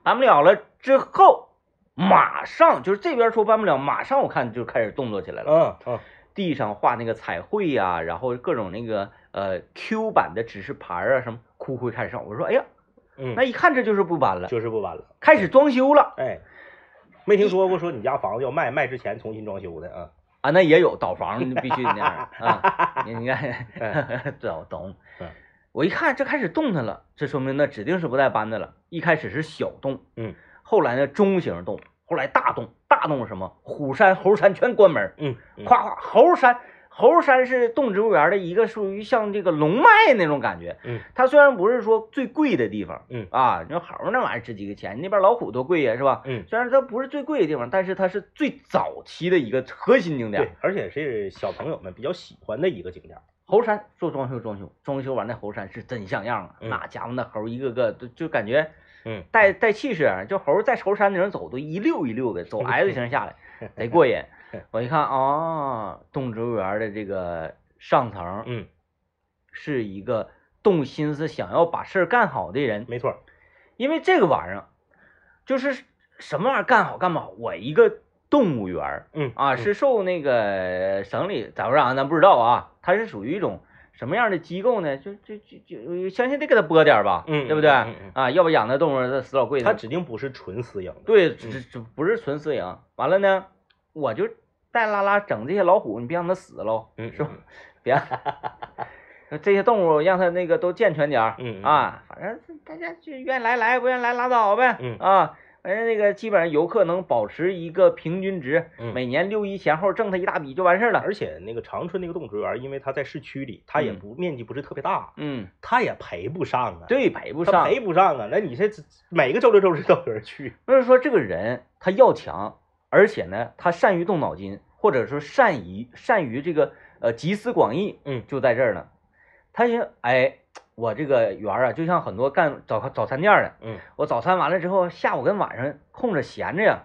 Speaker 1: 搬不了了之后，马上就是这边说搬不了，马上我看就开始动作起来了，
Speaker 2: 嗯嗯
Speaker 1: 地上画那个彩绘呀、然后各种那个呃 Q 版的指示牌啊什么，哭哭开始上。我说哎呀，
Speaker 2: 嗯，
Speaker 1: 那一看这就是不搬了，
Speaker 2: 就是不完了。
Speaker 1: 开始装修了。
Speaker 2: 哎，没听说过说你家房子要卖，卖之前重新装修的啊？
Speaker 1: 啊，那也有倒房，你必须那
Speaker 2: [laughs]
Speaker 1: 样啊。你你看， [laughs] 懂懂
Speaker 2: 哎嗯。
Speaker 1: 我一看这开始动弹了，这说明那指定是不带搬的了。一开始是小洞，
Speaker 2: 嗯，
Speaker 1: 后来呢中型洞，后来大洞，大洞是什么？虎山、猴山全关门，
Speaker 2: 嗯，嗯
Speaker 1: 夸夸猴山。猴山是动植物园的一个属于像这个龙脉那种感觉，
Speaker 2: 嗯，
Speaker 1: 它虽然不是说最贵的地方，
Speaker 2: 嗯
Speaker 1: 啊，你说猴那玩意儿值几个钱？那边老虎多贵呀，是吧？
Speaker 2: 嗯
Speaker 1: 虽然它不是最贵的地方，但是它是最早期的一个核心景
Speaker 2: 对
Speaker 1: 点。，
Speaker 2: 而且是小朋友们比较喜欢的一个景点儿。
Speaker 1: 猴山做装修，装修，装修完那猴山是真像样啊！
Speaker 2: 嗯
Speaker 1: 那家伙那猴一个个都就感觉
Speaker 2: 嗯，
Speaker 1: 带带气势啊，就猴在猴山顶上走，都一溜一溜的走 S 型下来，贼过
Speaker 2: [laughs]
Speaker 1: 瘾。我一看啊、哦，动植物园的这个上层
Speaker 2: 嗯，
Speaker 1: 是一个动心思想要把事儿干好的人，
Speaker 2: 没错儿。
Speaker 1: 因为这个玩意儿就是什么玩意儿干好干不好，我一个动物园儿
Speaker 2: 嗯
Speaker 1: 啊，是受那个省里咋回事啊？咱不知道啊，它是属于一种什么样的机构呢？就就就就相信得给它拨点儿吧，
Speaker 2: 嗯
Speaker 1: 对不对？
Speaker 2: 嗯嗯嗯
Speaker 1: 啊，要不养那动物那死老贵
Speaker 2: 它嗯
Speaker 1: 的，
Speaker 2: 指定不是纯私营的。
Speaker 1: 对，这这不是纯饲养。完了呢，我就带拉拉整这些老虎，你别让它死喽，
Speaker 2: 嗯
Speaker 1: 是吧？别 [laughs] 这些动物让它那个都健全点儿，
Speaker 2: 嗯嗯
Speaker 1: 啊，反正大家就愿来来，不愿来拉倒呗，
Speaker 2: 嗯
Speaker 1: 啊，反正那个基本上游客能保持一个平均值，
Speaker 2: 嗯
Speaker 1: 每年六一前后挣他一大笔就完事儿了。
Speaker 2: 而且那个长春那个动物植物园，因为它在市区里，它也
Speaker 1: 嗯
Speaker 2: 不、面积不是特别大，
Speaker 1: 嗯，
Speaker 2: 它也赔不上啊。，
Speaker 1: 对，赔不
Speaker 2: 它
Speaker 1: 上。
Speaker 2: 赔不上啊。那你这每个周六周日都有人去。
Speaker 1: 就是说这个人他要强，而且呢，他善于动脑筋，或者说善于善于这个呃集思广益，
Speaker 2: 嗯
Speaker 1: 就在这儿呢。他也哎，我这个园儿啊，就像很多干早早餐店儿的，
Speaker 2: 嗯
Speaker 1: 我早餐完了之后，下午跟晚上空着闲着呀，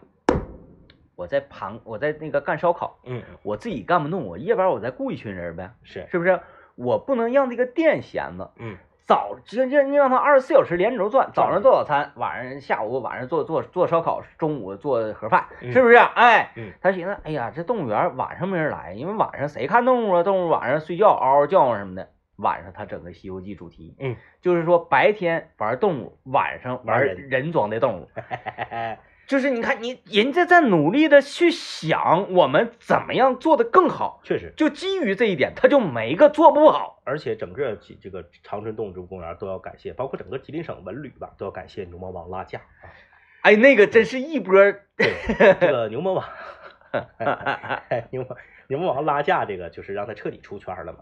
Speaker 1: 我在盘我在那个干烧烤，
Speaker 2: 嗯，
Speaker 1: 我自己干不动，我夜班我再雇一群人呗，
Speaker 2: 是，
Speaker 1: 是不是？我不能让这个店闲着，
Speaker 2: 嗯
Speaker 1: 早这这你让他二十四小时连轴转，早上做早餐，晚上下午晚上做做做烧烤，中午做盒饭，
Speaker 2: 嗯
Speaker 1: 是不是？哎，
Speaker 2: 嗯
Speaker 1: 他寻思，哎呀，这动物园晚上没人来，因为晚上谁看动物啊？动物晚上睡觉嗷嗷叫唤啊什么的。晚上他整个《西游记》主题，
Speaker 2: 嗯，
Speaker 1: 就是说白天玩动物，晚上玩
Speaker 2: 玩人
Speaker 1: 人装的
Speaker 2: [laughs]
Speaker 1: 动物，就是你看你人家在努力的去想我们怎么样做的更好，
Speaker 2: 确实，
Speaker 1: 就基于这一点，他就没个做不好。
Speaker 2: 而且整个吉这个长春动物植物公园都要感谢，包括整个吉林省文旅吧，都要感谢牛魔王拉架啊。
Speaker 1: 哎，那个真是一波儿，
Speaker 2: 对，这个牛魔王， [laughs] 牛魔牛魔王拉架这个就是让他彻底出圈了嘛。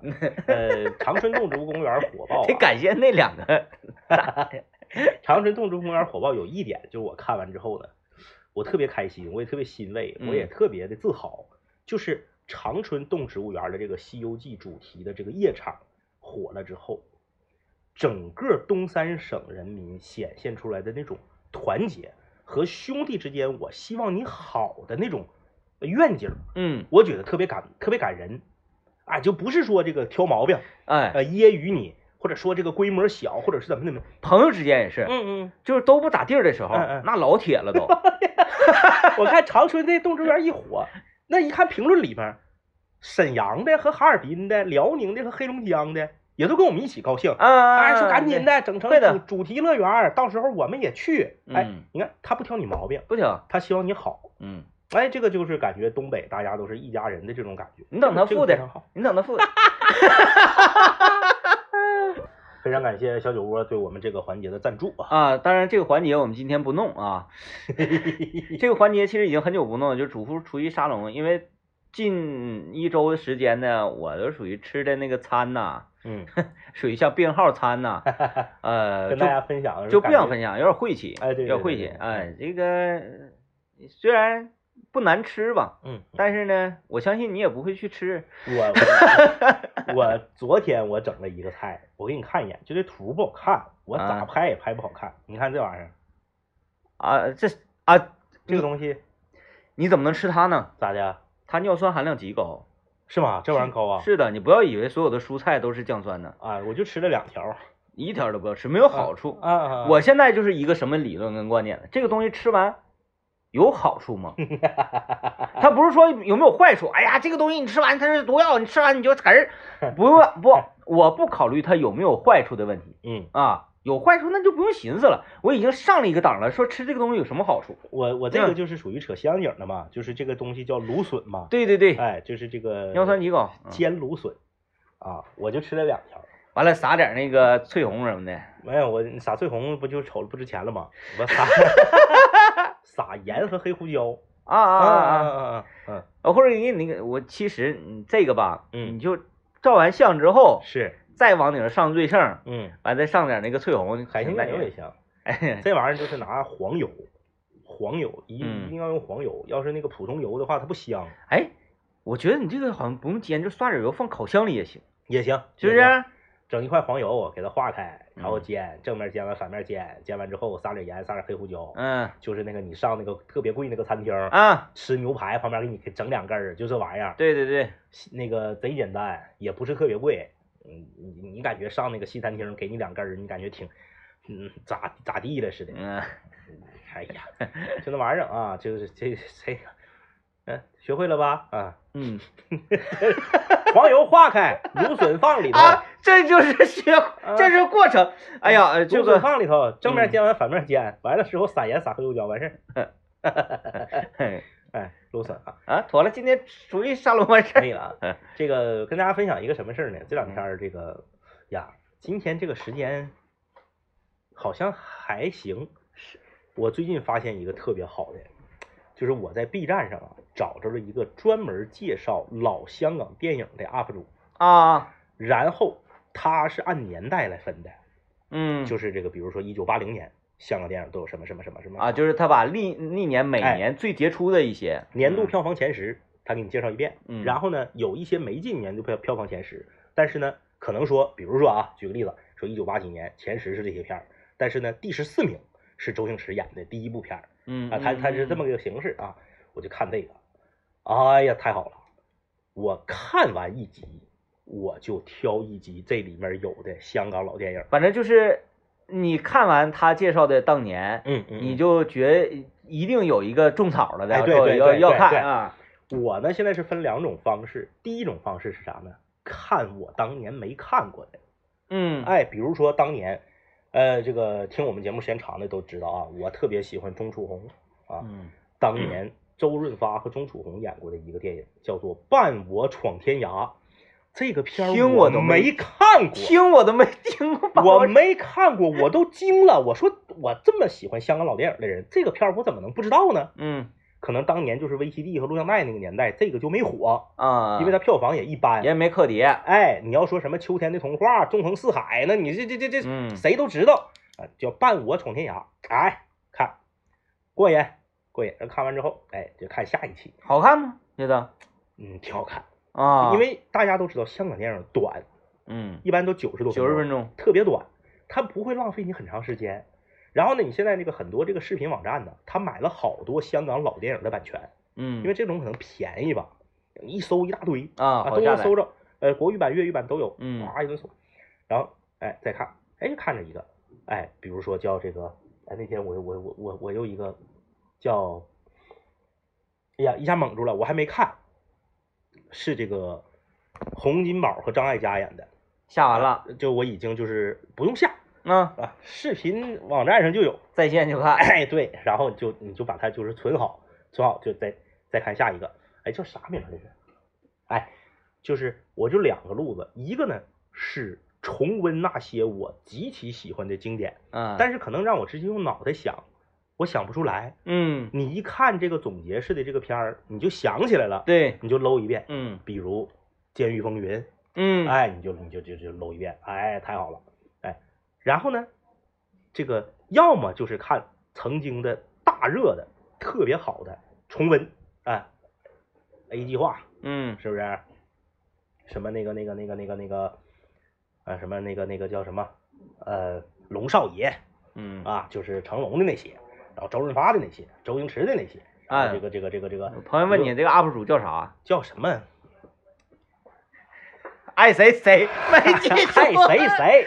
Speaker 2: 呃，长春动植物公园火爆、
Speaker 1: 得
Speaker 2: 啊，
Speaker 1: 感谢那两个
Speaker 2: 长春动植物公园火爆有一点，就是我看完之后呢，我特别开心，我也特别欣慰，
Speaker 1: 嗯
Speaker 2: 我也特别的自豪，就是长春动植物园的这个《西游记》主题的这个夜场火了之后，整个东三省人民显现出来的那种团结和兄弟之间我希望你好的那种愿景儿，
Speaker 1: 嗯，
Speaker 2: 我觉得特别感特别感人，啊，就不是说这个挑毛病，
Speaker 1: 哎，
Speaker 2: 呃，揶揄你，或者说这个规模小，或者是怎么怎么样，
Speaker 1: 朋友之间也是，
Speaker 2: 嗯嗯。
Speaker 1: 就是都不咋地儿的时候
Speaker 2: 嗯嗯，
Speaker 1: 那老铁
Speaker 2: [laughs]
Speaker 1: 了都。
Speaker 2: 我看长春这动植物园一火，那一看评论里边，沈阳的和哈尔滨的、辽宁的和黑龙江的也都跟我们一起高兴，
Speaker 1: 啊
Speaker 2: 哎，说赶紧，的整成
Speaker 1: 对的
Speaker 2: 主主题乐园，到时候我们也去。哎
Speaker 1: 嗯，
Speaker 2: 你看他不挑你毛病，
Speaker 1: 不行，
Speaker 2: 他希望你好。
Speaker 1: 嗯，
Speaker 2: 哎，这个就是感觉东北大家都是一家人的这种感觉。
Speaker 1: 你等他
Speaker 2: 这个
Speaker 1: 富的
Speaker 2: 非常好，
Speaker 1: 你等他付。
Speaker 2: [laughs] 非常感谢小酒窝对我们这个环节的赞助啊。
Speaker 1: 啊，当然这个环节我们今天不弄
Speaker 2: [laughs]
Speaker 1: 啊，这个环节其实已经很久不弄了，就是主妇厨艺沙龙，因为近一周的时间呢，我都属于吃的那个餐呐、
Speaker 2: 嗯，
Speaker 1: 属于像病号餐
Speaker 2: [laughs]
Speaker 1: 呐、呃，
Speaker 2: 跟
Speaker 1: 就
Speaker 2: 大家分享
Speaker 1: 就不想分
Speaker 2: 享。
Speaker 1: 享，有点晦气，
Speaker 2: 哎对对
Speaker 1: 有点晦气，
Speaker 2: 对对对
Speaker 1: 哎，这个虽然不难吃吧，
Speaker 2: 嗯，
Speaker 1: 但是呢，我相信你也不会去吃， [laughs]
Speaker 2: 我我昨天我整了一个菜，我给你看一眼，就这图不好看，我
Speaker 1: 啊嗯
Speaker 2: 咋拍也拍不好看。你看这玩意儿，
Speaker 1: 啊，这啊，
Speaker 2: 这个东西
Speaker 1: 你怎么能吃它呢？
Speaker 2: 咋的？
Speaker 1: 它尿酸含量极高。
Speaker 2: 是吗？这玩意儿高啊？
Speaker 1: 是的，你不要以为所有的蔬菜都是降酸的，
Speaker 2: 啊，我就吃了两条啊
Speaker 1: 一点儿都不要吃，没有好处。
Speaker 2: 啊啊！
Speaker 1: 我现在就是一个什么理论跟观点呢？这个东西吃完有好处吗？它不是说有没有坏处。哎呀，这个东西你吃完它是毒药，你吃完你就呲儿。不不，我不考虑它有没有坏处的问题
Speaker 2: 嗯
Speaker 1: 啊，有坏处那就不用寻思了。我已经上了一个档了，说吃这个东西有什么好处？
Speaker 2: 我我这个
Speaker 1: 嗯
Speaker 2: 就是属于扯香井的嘛，就是这个东西叫芦笋嘛，
Speaker 1: 对对对，
Speaker 2: 哎，就是这个
Speaker 1: 尿酸极高，嗯
Speaker 2: 煎芦笋啊，我就吃了两条。
Speaker 1: 完了撒点那个翠红什么的，
Speaker 2: 没有，我撒翠红不就瞅着不值钱了吗？
Speaker 1: [laughs]
Speaker 2: 我撒撒盐和黑胡椒
Speaker 1: 啊啊啊啊！
Speaker 2: 啊啊！
Speaker 1: 呃或者你那个，我其实你这个吧，
Speaker 2: 嗯
Speaker 1: 你就照完相之后，
Speaker 2: 是，
Speaker 1: 再往顶上上醉圣，
Speaker 2: 嗯，
Speaker 1: 完再上点那个翠红，
Speaker 2: 海鲜
Speaker 1: 奶
Speaker 2: 奶油也行。
Speaker 1: 哎，
Speaker 2: 这玩意儿就是拿黄油，黄油一
Speaker 1: 嗯
Speaker 2: 一定要用黄油，要是那个普通油的话，它不香。
Speaker 1: 哎，我觉得你这个好像不用煎，就刷点油放烤箱里也行，
Speaker 2: 也行，
Speaker 1: 是啊不
Speaker 2: 也行
Speaker 1: 是？
Speaker 2: 整一块黄油给它化开，然后
Speaker 1: 嗯
Speaker 2: 煎，正面煎完，反面煎，煎完之后撒点盐，撒点黑胡椒。
Speaker 1: 嗯
Speaker 2: 就是那个你上那个特别贵那个餐厅
Speaker 1: 啊，
Speaker 2: 吃牛排，旁边给你整两根儿，就这玩意儿。
Speaker 1: 对对对，
Speaker 2: 那个贼简单，也不是特别贵。嗯，你你感觉上那个西餐厅给你两根儿，你感觉挺，嗯，咋咋地了似的。
Speaker 1: 嗯，
Speaker 2: 哎呀， [laughs] 就那玩意儿啊，就是这这个，嗯，学会了吧？啊，
Speaker 1: 嗯
Speaker 2: 黄油化开，芦笋放里头，
Speaker 1: 啊，这就是学，这是过程。哎呀，呃这
Speaker 2: 芦笋嗯
Speaker 1: 个，
Speaker 2: 放里头，正面煎完反面煎，完了之后撒盐撒黑胡椒，完事儿。
Speaker 1: 嘿
Speaker 2: 哎，芦笋 [laughs] 啊，
Speaker 1: 啊，妥了，今天属于沙龙完事
Speaker 2: 可
Speaker 1: 儿。
Speaker 2: 以了
Speaker 1: 嗯
Speaker 2: 啊。这个跟大家分享一个什么事儿呢？这两天儿这个呀，今天这个时间好像还行。我最近发现一个特别好的，就是我在 B 站上啊找着了一个专门介绍老香港电影的 UP 主，
Speaker 1: 啊，
Speaker 2: 然后他是按年代来分的，
Speaker 1: 嗯，
Speaker 2: 就是这个，比如说一九八零年香港电影都有什么什么什么什么
Speaker 1: 啊，就是他把历历年每
Speaker 2: 哎
Speaker 1: 年最杰出的一些
Speaker 2: 年度，票房前十，他给你介绍一遍。
Speaker 1: 嗯
Speaker 2: 然后呢，有一些没进年度票票房前十，但是呢，可能说，比如说啊，举个例子，说一九八几年前十是这些片儿，但是呢，第十四名是周星驰演的第一部片儿
Speaker 1: 嗯，
Speaker 2: 啊，
Speaker 1: 嗯
Speaker 2: 他他是这么，个形式啊，我就看这个，哎呀，太好了！我看完一集，我就挑一集这里面有的香港老电影。
Speaker 1: 反正就是你看完他介绍的当年，
Speaker 2: 嗯嗯，
Speaker 1: 你就觉一定有一个种草了的，
Speaker 2: 哎对对
Speaker 1: 要
Speaker 2: 对
Speaker 1: 要
Speaker 2: 对
Speaker 1: 看
Speaker 2: 对
Speaker 1: 啊，
Speaker 2: 我呢，现在是分两种方式。第一种方式是啥呢？看我当年没看过的。
Speaker 1: 嗯，
Speaker 2: 哎，比如说当年，呃，这个听我们节目时间长的都知道啊，我特别喜欢钟楚红啊。
Speaker 1: 嗯，
Speaker 2: 当年周润发和钟楚红演过的一个电影叫做《伴我闯天涯》，这个片儿
Speaker 1: 听
Speaker 2: 我
Speaker 1: 我都没
Speaker 2: 没看过。
Speaker 1: 听我都没听过，
Speaker 2: 我没看过，我都惊了。我说我这么喜欢香港老电影的人，这个片儿我怎么能不知道呢？
Speaker 1: [laughs] 嗯
Speaker 2: 可能当年就是 VCD 和录像带那个年代，这个就没火，
Speaker 1: 啊，
Speaker 2: 因为它票房也一般。
Speaker 1: 也没刻碟，
Speaker 2: 哎，你要说什么秋天的童话、纵横四海呢？你这这这这，
Speaker 1: 嗯
Speaker 2: 谁都知道啊，叫伴我闯天涯。哎，看过瘾，过瘾。看完之后，哎，就看下一期。
Speaker 1: 好看吗？觉得
Speaker 2: 嗯，挺好看，
Speaker 1: 啊，
Speaker 2: 因为大家都知道香港电影短，
Speaker 1: 嗯，
Speaker 2: 一般都九十多，
Speaker 1: 九十分，钟，
Speaker 2: 特别短，它不会浪费你很长时间。然后呢，你现在那个很多这个视频网站呢，它买了好多香港老电影的版权，
Speaker 1: 嗯，
Speaker 2: 因为这种可能便宜吧，你一搜一大堆，
Speaker 1: 啊，
Speaker 2: 啊，
Speaker 1: 好
Speaker 2: 都
Speaker 1: 下
Speaker 2: 能
Speaker 1: 载
Speaker 2: 搜着，呃，国语版、粤语版都有，
Speaker 1: 嗯
Speaker 2: 啊，一顿搜，然后哎再看，哎看着一个，哎，比如说叫这个，哎那天我我我我我又一个叫，哎呀一下蒙住了，我还没看，是这个洪金宝和张艾嘉演的，
Speaker 1: 下完了，
Speaker 2: 就我已经就是不用下
Speaker 1: 啊，
Speaker 2: 啊，视频网站上就有，
Speaker 1: 在线就看，
Speaker 2: 哎对，然后你就你就把它就是存好，存好就再再看下一个。哎，叫啥名儿这是？哎，就是我就两个路子，一个呢是重温那些我极其喜欢的经典，
Speaker 1: 嗯，
Speaker 2: 但是可能让我直接用脑袋想，我想不出来。
Speaker 1: 嗯，
Speaker 2: 你一看这个总结式的这个片儿，你就想起来了，
Speaker 1: 对，
Speaker 2: 你就搂一遍。
Speaker 1: 嗯
Speaker 2: 比如《监狱风云》，
Speaker 1: 嗯，
Speaker 2: 哎，你就你就就就搂一遍，哎，太好了，哎，然后呢，这个要么就是看曾经的大热的、特别好的重温，哎，A 计划
Speaker 1: 嗯
Speaker 2: 是不是？什么那个那个那个那个那个，啊，什么那个那个叫什么？呃，龙少爷
Speaker 1: 嗯
Speaker 2: 啊，就是成龙的那些，然后周润发的那些，周星驰的那些，然后这个这个这个这个
Speaker 1: 哎朋友问你这个 UP 主叫啥？啊
Speaker 2: 叫什么？
Speaker 1: 爱谁谁， [laughs] 没
Speaker 2: [laughs]
Speaker 1: 记住。
Speaker 2: 爱哎谁谁，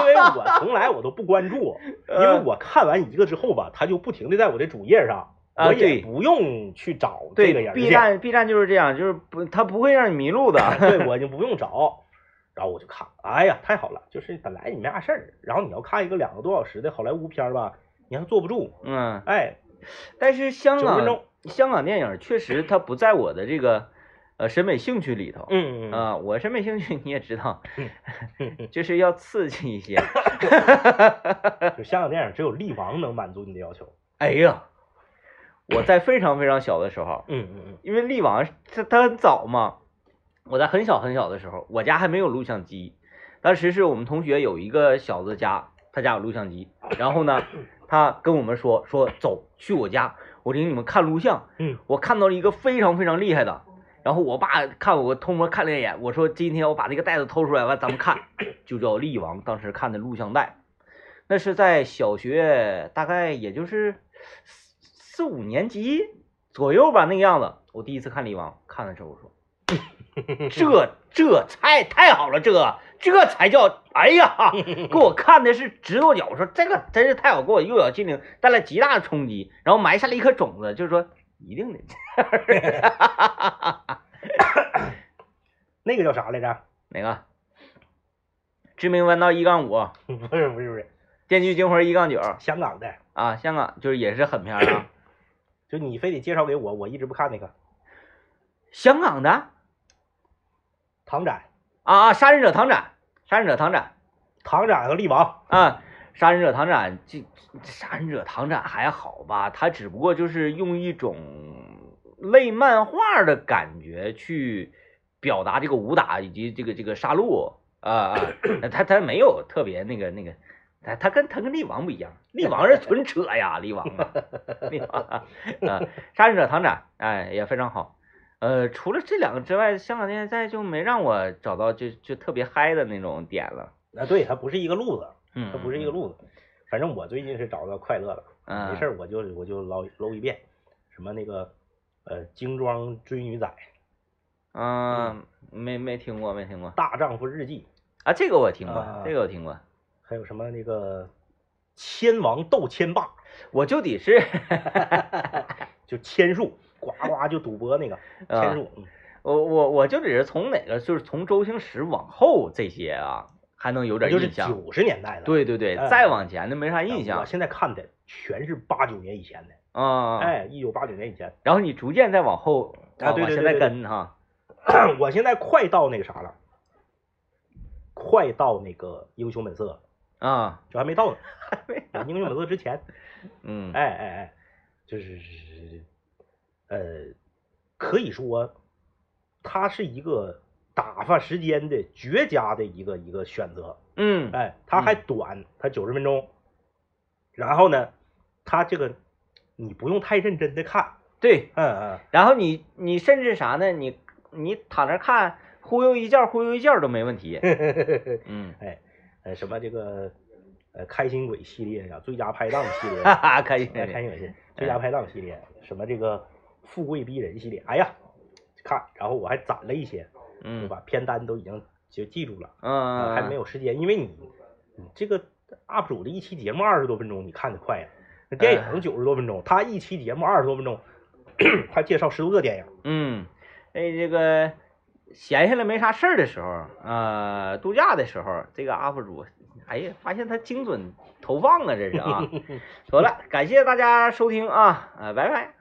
Speaker 2: 因为我从来我都不关注，因为我看完一个之后吧，他就不停的在我的主页上，
Speaker 1: 啊
Speaker 2: 我
Speaker 1: 对
Speaker 2: 也不用去找这个
Speaker 1: 对
Speaker 2: 人
Speaker 1: ，B
Speaker 2: 去，哎
Speaker 1: 站 B 站就是这样，就是不，他不会让你迷路的。
Speaker 2: 对我就不用找。然后我就看，哎呀，太好了！就是本来你没啥事儿，然后你要看一个两个多小时的好莱坞片儿吧，你还坐不住。
Speaker 1: 嗯，
Speaker 2: 哎，
Speaker 1: 但是香
Speaker 2: 九分
Speaker 1: 港
Speaker 2: 钟，
Speaker 1: 香港电影确实它不在我的这个呃审美兴趣里头。
Speaker 2: 嗯嗯，
Speaker 1: 啊，我审美兴趣你也知道
Speaker 2: 嗯，
Speaker 1: 就是要刺激一些。
Speaker 2: 就香港电影只有力王能满足你的要求。
Speaker 1: 哎呀，我在非常非常小的时候，
Speaker 2: 嗯嗯嗯，
Speaker 1: 因为力王它它很早嘛，我在很小很小的时候，我家还没有录像机，当时是我们同学有一个小子家，他家有录像机，然后
Speaker 2: [coughs]
Speaker 1: 呢，他跟我们说说走去我家，我领你们看录像，
Speaker 2: 嗯，
Speaker 1: 我看到了一个非常非常厉害的，然后我爸看我偷摸看了一眼，我说今天我把这个袋子偷出来完咱们
Speaker 2: [coughs]
Speaker 1: 看，就叫力王，当时看的录像带，那是在小学大概也就是四四五年级左右吧那个样子，我第一次看力王，看的时候我说。这这太太好了，这这才叫哎呀！给我看的是直跺脚，我说这个真是太好，给我幼小心灵带来极大的冲击，然后埋下了一颗种子，就是说一定得
Speaker 2: 那个叫啥来着？ [laughs]
Speaker 1: 哪个？致命弯道一杠五，
Speaker 2: 不是不是不是，
Speaker 1: 电锯惊魂一杠九
Speaker 2: 香港的，
Speaker 1: 啊，香港就是也是狠片儿啊， [coughs]
Speaker 2: 就你非得介绍给我，我一直不看那个
Speaker 1: 香港的啊
Speaker 2: 唐展、
Speaker 1: 啊，杀人者唐展，杀人者唐展
Speaker 2: 唐展和力王。
Speaker 1: 啊，杀人者唐展这这杀人者唐展还好吧，他只不过就是用一种类漫画的感觉去表达这个武打以及这个这个杀戮啊啊，他他没有特别那个那个。他他跟他跟力王不一样，力王是纯扯呀，力王啊，力王啊，呃杀人者唐展，哎，也非常好。呃，除了这两个之外，香港电视台就没让我找到就就特别嗨的那种点了。
Speaker 2: 啊，对，它不是一个路子，
Speaker 1: 嗯，
Speaker 2: 它不是一个路子。反正我最近是找到快乐了，
Speaker 1: 嗯，
Speaker 2: 没事儿我就我就捞搂一遍，什么那个呃精装追女仔、
Speaker 1: 嗯，没没听过，没听过
Speaker 2: 大丈夫日记，
Speaker 1: 啊，这个我听过
Speaker 2: 啊，
Speaker 1: 这个我听过，
Speaker 2: 还有什么那个千王斗千霸，
Speaker 1: 我就得是，
Speaker 2: 就千术，呱呱就赌博那个千术，嗯
Speaker 1: 我我我就得是从哪个，就是从周星驰往后这些啊，还能有
Speaker 2: 那
Speaker 1: 点
Speaker 2: 就是
Speaker 1: 印象。
Speaker 2: 九十年代的。
Speaker 1: 对对对，
Speaker 2: 哎
Speaker 1: 再往前的没啥
Speaker 2: 哎，
Speaker 1: 印象
Speaker 2: 我现在看的全是八九年以前的，
Speaker 1: 啊。，
Speaker 2: 哎，一九八九年以前， [coughs]
Speaker 1: 然后你逐渐再往后往
Speaker 2: 啊对对
Speaker 1: 往
Speaker 2: 对
Speaker 1: 现在
Speaker 2: 对对
Speaker 1: 跟哈，
Speaker 2: 我现在快到那个啥了，快到那个英雄本色了，
Speaker 1: 啊，
Speaker 2: 就还没到呢，
Speaker 1: 没
Speaker 2: 啊英雄本色之前，
Speaker 1: 嗯，
Speaker 2: 哎哎哎，就是呃，可以说它是一个打发时间的绝佳的一个一个选择。
Speaker 1: 嗯
Speaker 2: 哎，它还短，它九十分钟。然后呢，它这个你不用太认真的看，
Speaker 1: 对。
Speaker 2: 嗯嗯，
Speaker 1: 然后你你甚至啥呢？你你躺那看，忽悠一觉忽悠一觉都没问
Speaker 2: [laughs]
Speaker 1: 题。嗯，，
Speaker 2: 呃，什么这个呃开心鬼系列呀、最佳拍档系列
Speaker 1: 哈哈，可以
Speaker 2: 哎
Speaker 1: 可
Speaker 2: 开
Speaker 1: 以。
Speaker 2: 心鬼系列，最佳拍档系列，什么这个富贵逼人系列，哎呀，看，然后我还攒了一些，我
Speaker 1: 嗯
Speaker 2: 把片单都已经就记住了，
Speaker 1: 嗯，
Speaker 2: 还没有时间，因为你你这个 UP 主的一期节目二十多分钟，你看的快呀。那电影九十多分钟，他一期节目二十多分钟， [coughs] 他介绍十多个电影。
Speaker 1: 嗯，哎，这个闲下来没啥事儿的时候，呃，度假的时候，这个 UP 主，哎呀，发现他精准投放啊，这是啊。好了，感谢大家收听啊，呃，拜拜。